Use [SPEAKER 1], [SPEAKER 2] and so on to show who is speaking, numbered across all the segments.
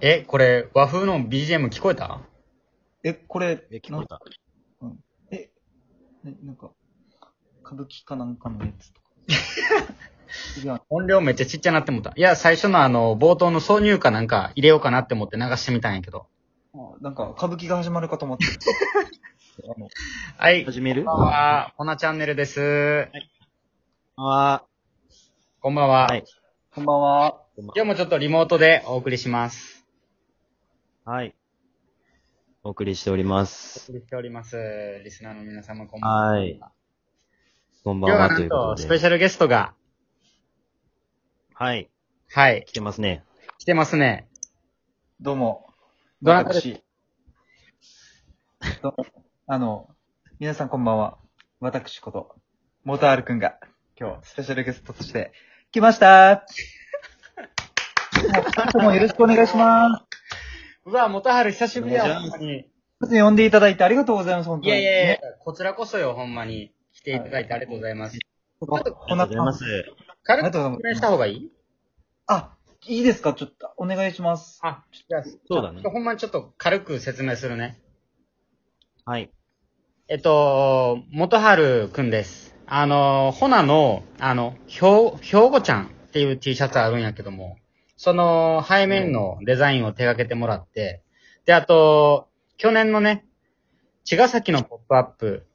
[SPEAKER 1] え、これ、和風の BGM 聞こえた
[SPEAKER 2] え、これ、
[SPEAKER 3] え、聞こえた。
[SPEAKER 2] ななんか、歌舞伎かなんかのやつ とか。いや、
[SPEAKER 1] 音量めっちゃちっちゃなって思った。いや、最初のあの、冒頭の挿入歌なんか入れようかなって思って流してみたんやけど。
[SPEAKER 2] なんか、歌舞伎が始まるかと思って。 あの、
[SPEAKER 1] はい。こん
[SPEAKER 3] 始める
[SPEAKER 1] ばんは。ほなチャンネルです。
[SPEAKER 3] あ
[SPEAKER 1] こんばんは。
[SPEAKER 3] はい
[SPEAKER 2] こんばんは。
[SPEAKER 1] 今日もちょっとリモートでお送りします。
[SPEAKER 3] ー。はい。お送りしております。
[SPEAKER 1] お送りしております。リスナーの皆様、こんばんは。
[SPEAKER 3] はい。こんば
[SPEAKER 1] 今日は
[SPEAKER 3] んは
[SPEAKER 1] な
[SPEAKER 3] とい
[SPEAKER 1] ん、
[SPEAKER 3] うことと
[SPEAKER 1] ス
[SPEAKER 3] で。
[SPEAKER 1] ペシャルゲストが、
[SPEAKER 3] はい。
[SPEAKER 1] はい、
[SPEAKER 3] 来てますね。
[SPEAKER 1] 来てますね。
[SPEAKER 2] どうも。
[SPEAKER 1] どなたです
[SPEAKER 2] 私どうもあの、皆さんこんばんは。私こと、モータールくんが、今日、スペシャルゲストとして、来ましたーもうもうよろしくお願いします。
[SPEAKER 1] うわ、元春久しぶりや、
[SPEAKER 3] お願い
[SPEAKER 1] ほん
[SPEAKER 3] します
[SPEAKER 1] まに。
[SPEAKER 2] 本当に呼んでいただいてありがとうございます、本当
[SPEAKER 1] い
[SPEAKER 2] に。
[SPEAKER 1] やいやいや
[SPEAKER 2] ね、
[SPEAKER 1] こちらこそよ、ほんまに。来ていただいてありがとうございます。
[SPEAKER 2] こんな
[SPEAKER 3] ありがとうございます。
[SPEAKER 2] あり
[SPEAKER 1] 軽
[SPEAKER 2] が
[SPEAKER 1] く
[SPEAKER 2] とうご
[SPEAKER 1] 説
[SPEAKER 2] ざ
[SPEAKER 1] 明
[SPEAKER 2] いま
[SPEAKER 1] し
[SPEAKER 2] す
[SPEAKER 1] た。方がいい
[SPEAKER 2] あ、いいですかちょっと、お願いします。
[SPEAKER 1] あ、じゃあ、
[SPEAKER 3] そうだね
[SPEAKER 1] ほんまにちょっと軽く説明するね。
[SPEAKER 3] はい。
[SPEAKER 1] えっと、元春くんです。あの、ほなの、あの、ひょう、ひょうごちゃんっていう T シャツあるんやけども、その背面のデザインを手掛けてもらって、で、あと、去年のね、茅ヶ崎のポップアップ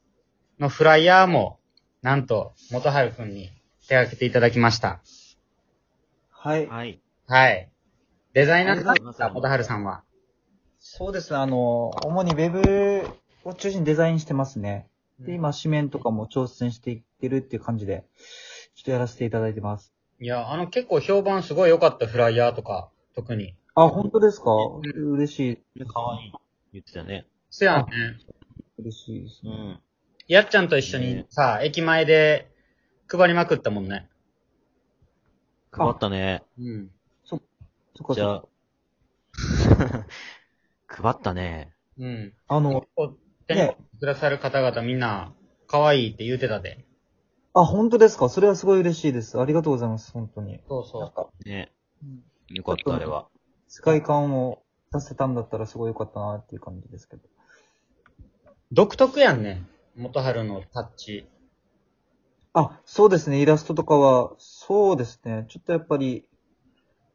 [SPEAKER 1] のフライヤーも、なんと、元春くんに手掛けていただきました。
[SPEAKER 2] はい。
[SPEAKER 3] はい。
[SPEAKER 1] はい。デザイナーさ
[SPEAKER 3] あ
[SPEAKER 1] ん
[SPEAKER 3] りがとう
[SPEAKER 1] で
[SPEAKER 3] ご
[SPEAKER 1] す
[SPEAKER 3] ざい
[SPEAKER 1] か、
[SPEAKER 3] ます
[SPEAKER 1] 元春さんは。
[SPEAKER 2] そうですね、あの、主にウェブを中心にデザインしてますね。で、今、紙面とかも挑戦していってるっていう感じで、ちょっとやらせていただいてます。
[SPEAKER 1] いや、あの結構評判すごい良かったフライヤーとか、特に。
[SPEAKER 2] あ、本当ですか嬉しい、
[SPEAKER 3] かわいい。言ってたね。
[SPEAKER 1] そやね。
[SPEAKER 2] 嬉しいです
[SPEAKER 3] う
[SPEAKER 2] ね。
[SPEAKER 3] ん。
[SPEAKER 1] やっちゃんと一緒に
[SPEAKER 3] ね
[SPEAKER 1] さ、駅前で配りまくったもんね。
[SPEAKER 3] 配ったね。
[SPEAKER 1] うん。
[SPEAKER 2] そっか
[SPEAKER 3] じ
[SPEAKER 2] そ
[SPEAKER 3] ゃ
[SPEAKER 2] っ
[SPEAKER 3] あ
[SPEAKER 2] か。。
[SPEAKER 3] 配ったね。
[SPEAKER 1] うん。
[SPEAKER 2] あの、
[SPEAKER 1] 手にくださる方々みんな、可愛いって言うてたで。
[SPEAKER 2] あ、本当ですかそれはすごい嬉しいです。ありがとうございます、本当に。
[SPEAKER 1] そう
[SPEAKER 2] なん
[SPEAKER 1] そ
[SPEAKER 2] か、
[SPEAKER 3] ね。
[SPEAKER 2] うん
[SPEAKER 3] よかった、あれは。
[SPEAKER 2] 世界観を出せたんだったらすごい良かったなっていう感じですけど。
[SPEAKER 1] う。独特やんね。元春のタッチ。
[SPEAKER 2] あ、そうですね。イラストとかは、そうですね。ちょっとやっぱり、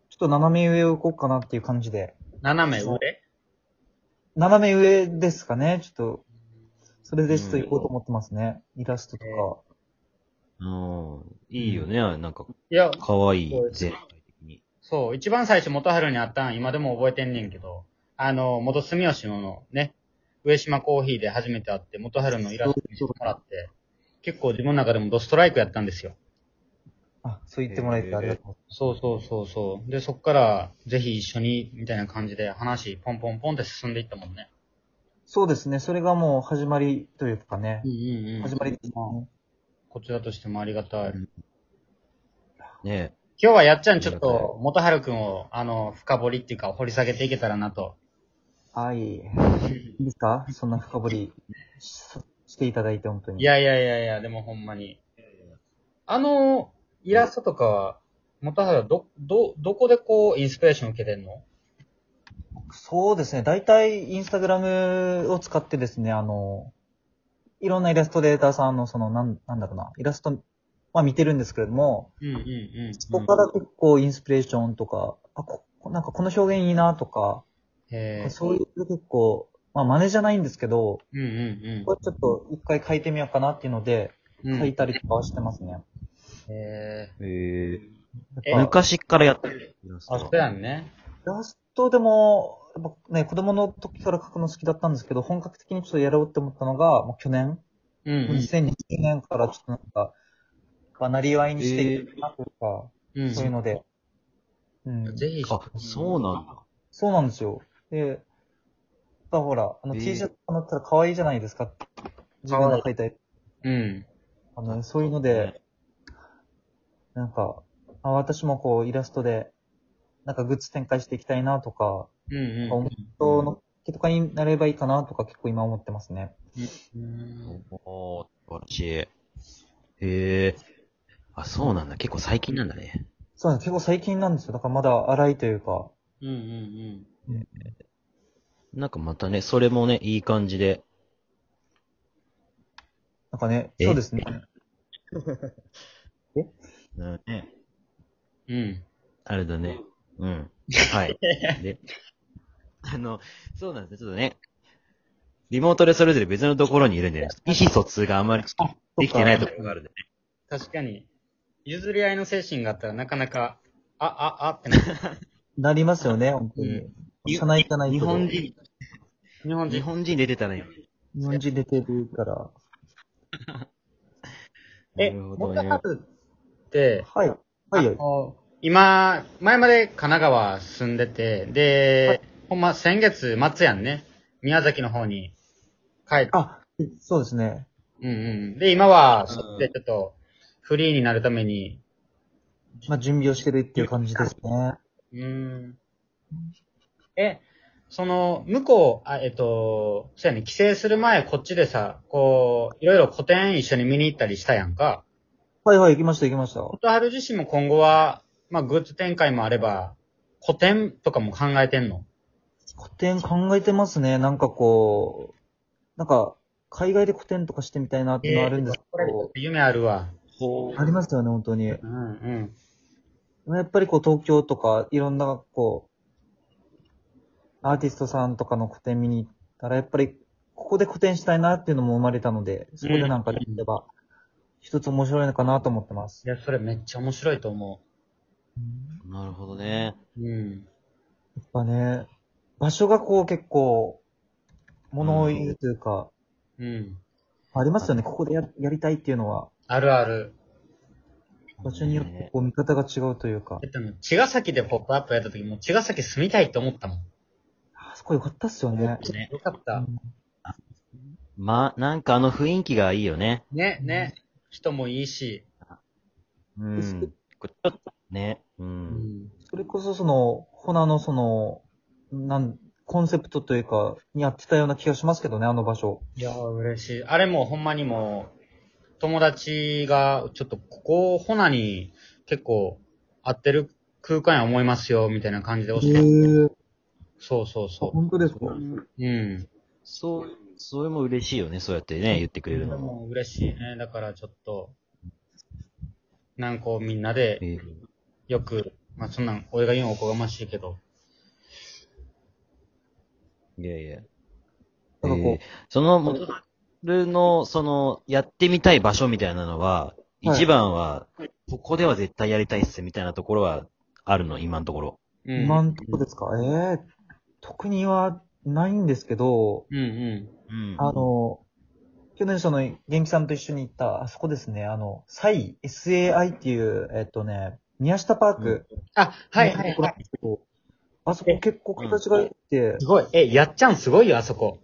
[SPEAKER 2] ちょっと斜め上を行こうかなっていう感じで。
[SPEAKER 1] 斜め上
[SPEAKER 2] 斜め上ですかね。ちょっと、それでちょっと行こうと思ってますね。イラストとか。
[SPEAKER 3] うん。いいよね。なんか、
[SPEAKER 1] いや、
[SPEAKER 3] かわいい。全体的に。
[SPEAKER 1] そう、一番最初元春にあったん今でも覚えてんねんけど、あの、元住吉のね、上島コーヒーで初めて会って元春のイラストにしてもらって、結構自分の中でもドストライクやったんですよ。
[SPEAKER 2] あ、そう言ってもらえてありがとうございます。
[SPEAKER 1] そうそうそうそう。で、そっから、ぜひ一緒に、みたいな感じで話、ポンポンポンって進んでいったもんね。
[SPEAKER 2] そうですね。それがもう始まりというかね。
[SPEAKER 1] ん
[SPEAKER 2] 始まりですね。
[SPEAKER 1] こちらとしてもありがたい。
[SPEAKER 3] うんね
[SPEAKER 1] 今日はやっちゃんちょっ
[SPEAKER 3] ありがた
[SPEAKER 1] と、元春くんを、あの、深掘りっていうか、掘り下げていけたらなと。
[SPEAKER 2] はい。いいですかそんな深掘りししていただいて、本当に。
[SPEAKER 1] い、やいやいやいや、でもほんまに。あの、イラストとかは、元春はど、ど、どこでこう、インスピレーション受けてんの
[SPEAKER 2] そうですね。大体、インスタグラムを使ってですね、あの、いろんなイラストレーターさんの、その、なん、なんだろうな、イラスト、まあ見てるんですけれども、
[SPEAKER 1] うんうんうん。
[SPEAKER 2] そこから結構インスピレーションとか、あ、こ、なんかこの表現いいなとか、
[SPEAKER 1] へえ。
[SPEAKER 2] そういう結構、まあ真似じゃないんですけど、
[SPEAKER 1] うんうん
[SPEAKER 2] これちょっと一回書いてみようかなっていうので、
[SPEAKER 1] うん。うん
[SPEAKER 2] 書いたりとかはしてますね。
[SPEAKER 1] へえ。
[SPEAKER 3] え。え
[SPEAKER 1] え
[SPEAKER 3] ー、昔からやってる。
[SPEAKER 2] あ
[SPEAKER 1] そうやんね。
[SPEAKER 2] イラストでも、やっぱね、子供の時から書くの好きだったんですけど、本格的にちょっとやろうって思ったのが、もう去年
[SPEAKER 1] うんうん。
[SPEAKER 2] 2020年からちょっとなんか、まあ、なりわいにしていくなというか、
[SPEAKER 1] うん。
[SPEAKER 2] そういうので。うん。
[SPEAKER 1] ぜひ、
[SPEAKER 3] あ、そうなんだ。
[SPEAKER 2] そうなんですよ。で、だからほら、あの
[SPEAKER 3] え
[SPEAKER 2] T
[SPEAKER 3] ー
[SPEAKER 2] シャツになったら可愛いじゃないですか。自分が描いた、
[SPEAKER 1] うん。
[SPEAKER 2] あの、そういうので、なんか、あ私もこう、イラストで、なんかグッズ展開していきたいなとか、
[SPEAKER 1] うんうん。
[SPEAKER 2] 本当のきとかになればいいかなとか結構今思ってますね。
[SPEAKER 1] うん
[SPEAKER 3] おー、素晴らしい。へえ。あ、そうなんだ。結構最近なんだね。
[SPEAKER 2] そうなんです。結構最近なんですよ。だからまだ荒いというか、
[SPEAKER 1] うんうん
[SPEAKER 2] うん
[SPEAKER 3] なんかまたね、それもね、いい感じで。
[SPEAKER 2] なんかね、
[SPEAKER 3] え
[SPEAKER 2] そうですね。
[SPEAKER 3] なね、
[SPEAKER 1] うん。
[SPEAKER 3] あれだね。うん。はい。で、あの、そうなんですね、ちょっとね、リモートでそれぞれ別のところにいるんでね、意思疎通があんまりちょっとできてないところがあるんでね。
[SPEAKER 1] 確かに。譲り合いの精神があったらなかなか、あ、あ、あって なる。
[SPEAKER 2] なりますよね、本当に
[SPEAKER 1] う。
[SPEAKER 2] 社内行かないと。
[SPEAKER 3] 日本。人、
[SPEAKER 1] 日本
[SPEAKER 3] 日
[SPEAKER 1] 人。
[SPEAKER 3] 本人出てたね。
[SPEAKER 2] 日本人出てるから。
[SPEAKER 1] え、
[SPEAKER 3] なる
[SPEAKER 1] モ
[SPEAKER 3] ほど
[SPEAKER 1] タ
[SPEAKER 3] ね
[SPEAKER 1] ハルって、
[SPEAKER 2] はい。はい
[SPEAKER 1] あ
[SPEAKER 2] はい。
[SPEAKER 1] の今、前まで神奈川住んでて、で、ほんま先月末やんね。宮崎の方に帰って。
[SPEAKER 2] あ、そうですね。
[SPEAKER 1] うんうん。で、今は、
[SPEAKER 3] うん
[SPEAKER 1] そっちでちょっと、フリーになるために、
[SPEAKER 2] まあ、準備をしてるっていう感じですね。
[SPEAKER 1] うーん。え、その、向こう、あ、えっと、そうやね、帰省する前、こっちでさ、こう、いろいろ個展一緒に見に行ったりしたやんか。
[SPEAKER 2] はいはい、行きました行きました。
[SPEAKER 1] ことはる自身も今後は、まあ、グッズ展開もあれば、個展とかも考えてんの
[SPEAKER 2] 古典考えてますね。なんかこう、なんか、海外で古典とかしてみたいなっていうのはあるんですけ
[SPEAKER 1] これ
[SPEAKER 2] ど、、
[SPEAKER 1] 夢あるわ。
[SPEAKER 3] ほ
[SPEAKER 2] ありますよね、本当に。
[SPEAKER 1] うんうん。
[SPEAKER 2] やっぱりこう、東京とか、いろんな、こう、アーティストさんとかの古典見に行ったら、やっぱり、ここで古典したいなっていうのも生まれたので、そこでなんかできれば、一つ面白いのかなと思ってます
[SPEAKER 1] い。や、それめっちゃ面白いと思
[SPEAKER 3] う。なるほどね。
[SPEAKER 1] う。うん。
[SPEAKER 2] やっぱね、場所がこう結構、物を言うというか、
[SPEAKER 1] うん。
[SPEAKER 2] ありますよね。ここでややりたいっていうのは、
[SPEAKER 1] あるある。
[SPEAKER 2] 場所によってこう見方が違うというか
[SPEAKER 1] え、っと、茅ヶ崎でポップアップやった時も、茅ヶ崎住みたいって思ったもん。
[SPEAKER 2] あそこ良かったっすよね。
[SPEAKER 1] ね、よかっ
[SPEAKER 2] う
[SPEAKER 1] た。
[SPEAKER 2] ん
[SPEAKER 3] まあ、なんかあの雰囲気がいいよね。
[SPEAKER 1] ね、ね。人もいいし。
[SPEAKER 3] う
[SPEAKER 2] うん
[SPEAKER 3] ん。これちょっとね。うん。
[SPEAKER 2] それこそその、ホナのその、なん、コンセプトというか、に合ってたような気がしますけどね、あの場所。
[SPEAKER 1] いやー、嬉しい。あれもほんまにもう、友達が、ちょっとここ、ホナに結構合ってる空間や思いますよ、みたいな感じで教えて。
[SPEAKER 2] ぇ
[SPEAKER 1] そうそうそ
[SPEAKER 2] 本当ですか
[SPEAKER 1] う。うん。
[SPEAKER 3] そう、それも嬉しいよね。そうやってね、言ってくれる
[SPEAKER 1] で
[SPEAKER 3] のも。
[SPEAKER 1] も嬉しいね。だからちょっと、なんかこうみんなで
[SPEAKER 3] えー
[SPEAKER 1] よく、まあそんなん、俺が言うのおこがましいけど。
[SPEAKER 3] いやいや。
[SPEAKER 2] なんかこう
[SPEAKER 3] えーその、モトハルの、その、やってみたい場所みたいなのは、
[SPEAKER 2] はい
[SPEAKER 3] 一番は、ここでは絶対やりたいっす、みたいなところは、あるの、今のところ。
[SPEAKER 1] うん。
[SPEAKER 2] 今んとこですか、ええ特にはないんですけど、
[SPEAKER 1] うんうん。
[SPEAKER 3] うん。
[SPEAKER 2] あ、の、去年その、元気さんと一緒に行った、あそこですね、あの、サイ、SAI っていう、えっとね、宮下パーク。
[SPEAKER 1] あ、はいはい
[SPEAKER 2] こ
[SPEAKER 1] は
[SPEAKER 2] れ
[SPEAKER 1] い。
[SPEAKER 2] あそこ結構形が良くて
[SPEAKER 1] す、ごい。え、やっちゃんすごいよ、あそこ。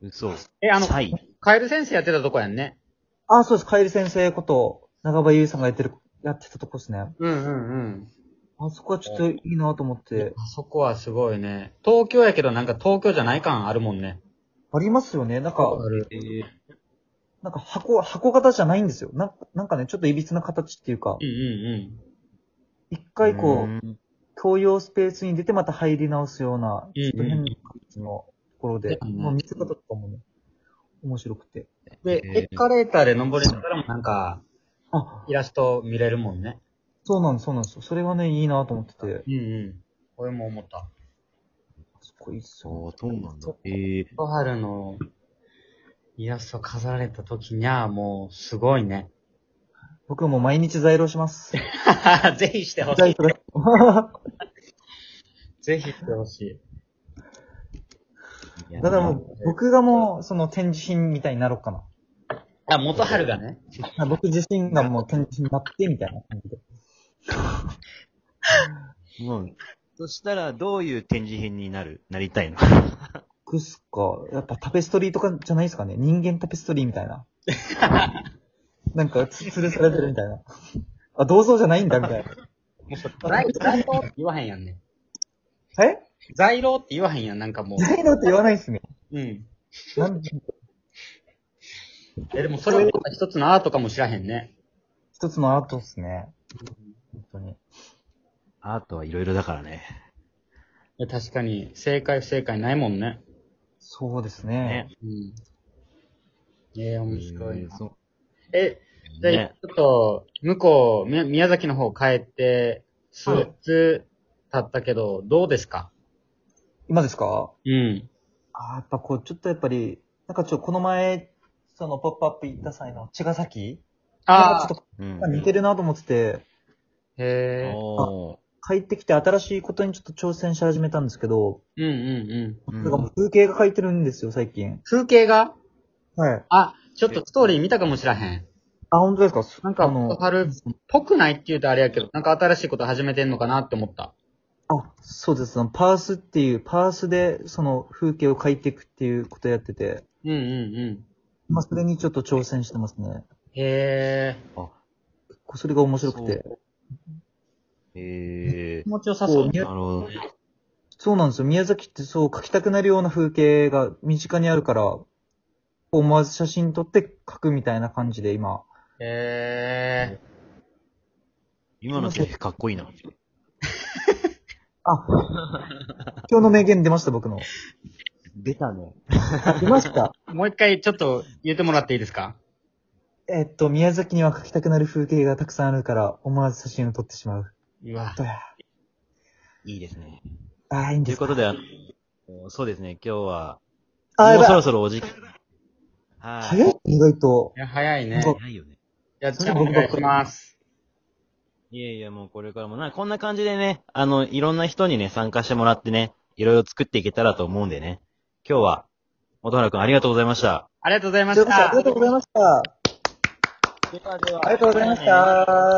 [SPEAKER 3] 嘘。
[SPEAKER 1] え、あの、
[SPEAKER 3] サイ。
[SPEAKER 1] カエル先生やってたとこやんね。
[SPEAKER 2] あ、そうです。カエル先生こと、長場優さんがやってる、やってたとこですね。
[SPEAKER 1] うんうんうん。
[SPEAKER 2] あそこはちょっといいなと思って。
[SPEAKER 1] あそこはすごいね。東京やけどなんか東京じゃない感あるもんね。
[SPEAKER 2] ありますよね。なんか、
[SPEAKER 1] る。
[SPEAKER 2] なんか箱、箱型じゃないんですよ。なんか、なんかね、ちょっと歪な形っていうか
[SPEAKER 1] うん、うん
[SPEAKER 2] 一回
[SPEAKER 3] う
[SPEAKER 2] こう、
[SPEAKER 3] ん
[SPEAKER 2] 共用スペースに出てまた入り直すような、
[SPEAKER 1] うん
[SPEAKER 2] ちょっと変な形のところで、
[SPEAKER 1] うん
[SPEAKER 2] まあ見せ方とかもね、面白くて。
[SPEAKER 1] うん。で、
[SPEAKER 3] えー
[SPEAKER 1] エスカレーターで登りながらもなんか、
[SPEAKER 2] あ、
[SPEAKER 1] イラスト見れるもんね。
[SPEAKER 2] そうなんです、そうなんですよ。それはね、いいなと思ってて。
[SPEAKER 1] うんうん。俺も思った。
[SPEAKER 2] すごいっすよ。
[SPEAKER 3] そう、そうなんだ。えー、
[SPEAKER 1] 小春のイラスト飾られた時にゃ、もうすごいね。
[SPEAKER 2] 僕はもう毎日在労します。
[SPEAKER 1] ぜひしてほし
[SPEAKER 2] 在
[SPEAKER 1] い。
[SPEAKER 2] 庫だ。
[SPEAKER 1] ぜひしてほしい。
[SPEAKER 3] いや
[SPEAKER 2] だからもう、僕がもう、その展示品みたいになろうかな。
[SPEAKER 1] あ、元春がね。
[SPEAKER 2] あ僕自身がもう展示になって、みたいな感じで。
[SPEAKER 3] もう、そしたら、どういう展示品になる、なりたいの
[SPEAKER 2] くすか、やっぱタペストリーとかじゃないですかね。人間タペストリーみたいな。なんか、つ吊るされてるみたいな。あ、銅像じゃないんだ、みたい
[SPEAKER 1] もうそれ在在廊って言わへんやんね。
[SPEAKER 2] な。え
[SPEAKER 1] 在廊って言わへんやん、なんかも
[SPEAKER 2] 材料って言わないっすね。
[SPEAKER 1] う。うん。
[SPEAKER 2] なん
[SPEAKER 1] え、でもそれは一つのアートかもしらへんね。
[SPEAKER 2] 一つのアートっすね。本当に。
[SPEAKER 3] アートはいろいろだからね。
[SPEAKER 1] いや確かに、正解不正解ないもんね。
[SPEAKER 2] そうです
[SPEAKER 3] ね
[SPEAKER 2] ね。。
[SPEAKER 1] うん。ええ面白い
[SPEAKER 3] うん
[SPEAKER 1] な。
[SPEAKER 3] そう
[SPEAKER 1] え、じゃあ、
[SPEAKER 3] ね
[SPEAKER 1] ちょっと、向こう、み宮崎の方帰って、数
[SPEAKER 2] はい
[SPEAKER 1] 日経ったけど、どうですか
[SPEAKER 2] 今ですか
[SPEAKER 1] うん。
[SPEAKER 2] あーやっぱこう、ちょっとやっぱり、なんかちょ、この前、その、ポップアップ行った際の茅ヶ崎
[SPEAKER 1] あ
[SPEAKER 2] なんかちょっ
[SPEAKER 3] うん
[SPEAKER 2] と似てるなと思ってて、
[SPEAKER 1] ーへえ。
[SPEAKER 3] おー
[SPEAKER 2] 帰ってきて新しいことにちょっと挑戦し始めたんですけど、
[SPEAKER 1] うんうんうん。
[SPEAKER 3] うん
[SPEAKER 2] なんかもう風景が描いてるんですよ、最近。
[SPEAKER 1] 風景が
[SPEAKER 2] はい。
[SPEAKER 1] あ、ちょっとストーリー見たかもしらへん。
[SPEAKER 2] あ、本当ですか
[SPEAKER 1] なんか、
[SPEAKER 2] あ
[SPEAKER 1] 元
[SPEAKER 2] の、
[SPEAKER 1] 春っぽくないって言うとあれやけど、なんか新しいこと始めてんのかなって思った。
[SPEAKER 2] あ、そうです。そのパースっていう、パースでその風景を描いていくっていうことをやってて、
[SPEAKER 1] うんうんうん。
[SPEAKER 2] まあ、それにちょっと挑戦してますね。
[SPEAKER 1] へえ。
[SPEAKER 2] 結構それが面白くて。
[SPEAKER 3] へえ
[SPEAKER 1] 気持ちよさそう。
[SPEAKER 2] こう
[SPEAKER 3] なるほどね。
[SPEAKER 2] そうなんですよ。宮崎ってそう描きたくなるような風景が身近にあるから、思わず写真撮って描くみたいな感じで今。
[SPEAKER 1] へえ。
[SPEAKER 3] 今のセリフかっこいいな。
[SPEAKER 2] あ、今日の名言出ました、僕の。
[SPEAKER 3] 出たね。
[SPEAKER 2] あ出ました。
[SPEAKER 1] もう一回ちょっと言ってもらっていいですか
[SPEAKER 2] えっと、宮崎には描きたくなる風景がたくさんあるから、思わず写真を撮ってしまう。
[SPEAKER 1] うわ。
[SPEAKER 2] どうや。
[SPEAKER 3] いいですね。
[SPEAKER 2] あー、いいん
[SPEAKER 3] と
[SPEAKER 2] で
[SPEAKER 3] いう
[SPEAKER 2] すか。
[SPEAKER 3] ことで、あの、そうですね、今日は、
[SPEAKER 2] あー、
[SPEAKER 3] も
[SPEAKER 2] や
[SPEAKER 3] うそ
[SPEAKER 2] ば
[SPEAKER 3] ろ
[SPEAKER 2] い。
[SPEAKER 3] そろお時間。は
[SPEAKER 2] 早い、意外と。
[SPEAKER 1] いや、早いね。
[SPEAKER 2] そう
[SPEAKER 3] 早いよね。
[SPEAKER 1] やっ ちゃお願いします。
[SPEAKER 3] いやいや、もうこれからも、なんかこんな感じでね、あの、いろんな人にね、参加してもらってね、いろいろ作っていけたらと思うんでね。今日は、本原くんありがとうございました。
[SPEAKER 1] ありがとうございま
[SPEAKER 2] という
[SPEAKER 1] し
[SPEAKER 2] ことであ
[SPEAKER 1] た
[SPEAKER 2] りが。とうございました。
[SPEAKER 3] ではでは
[SPEAKER 2] ありがとうございました。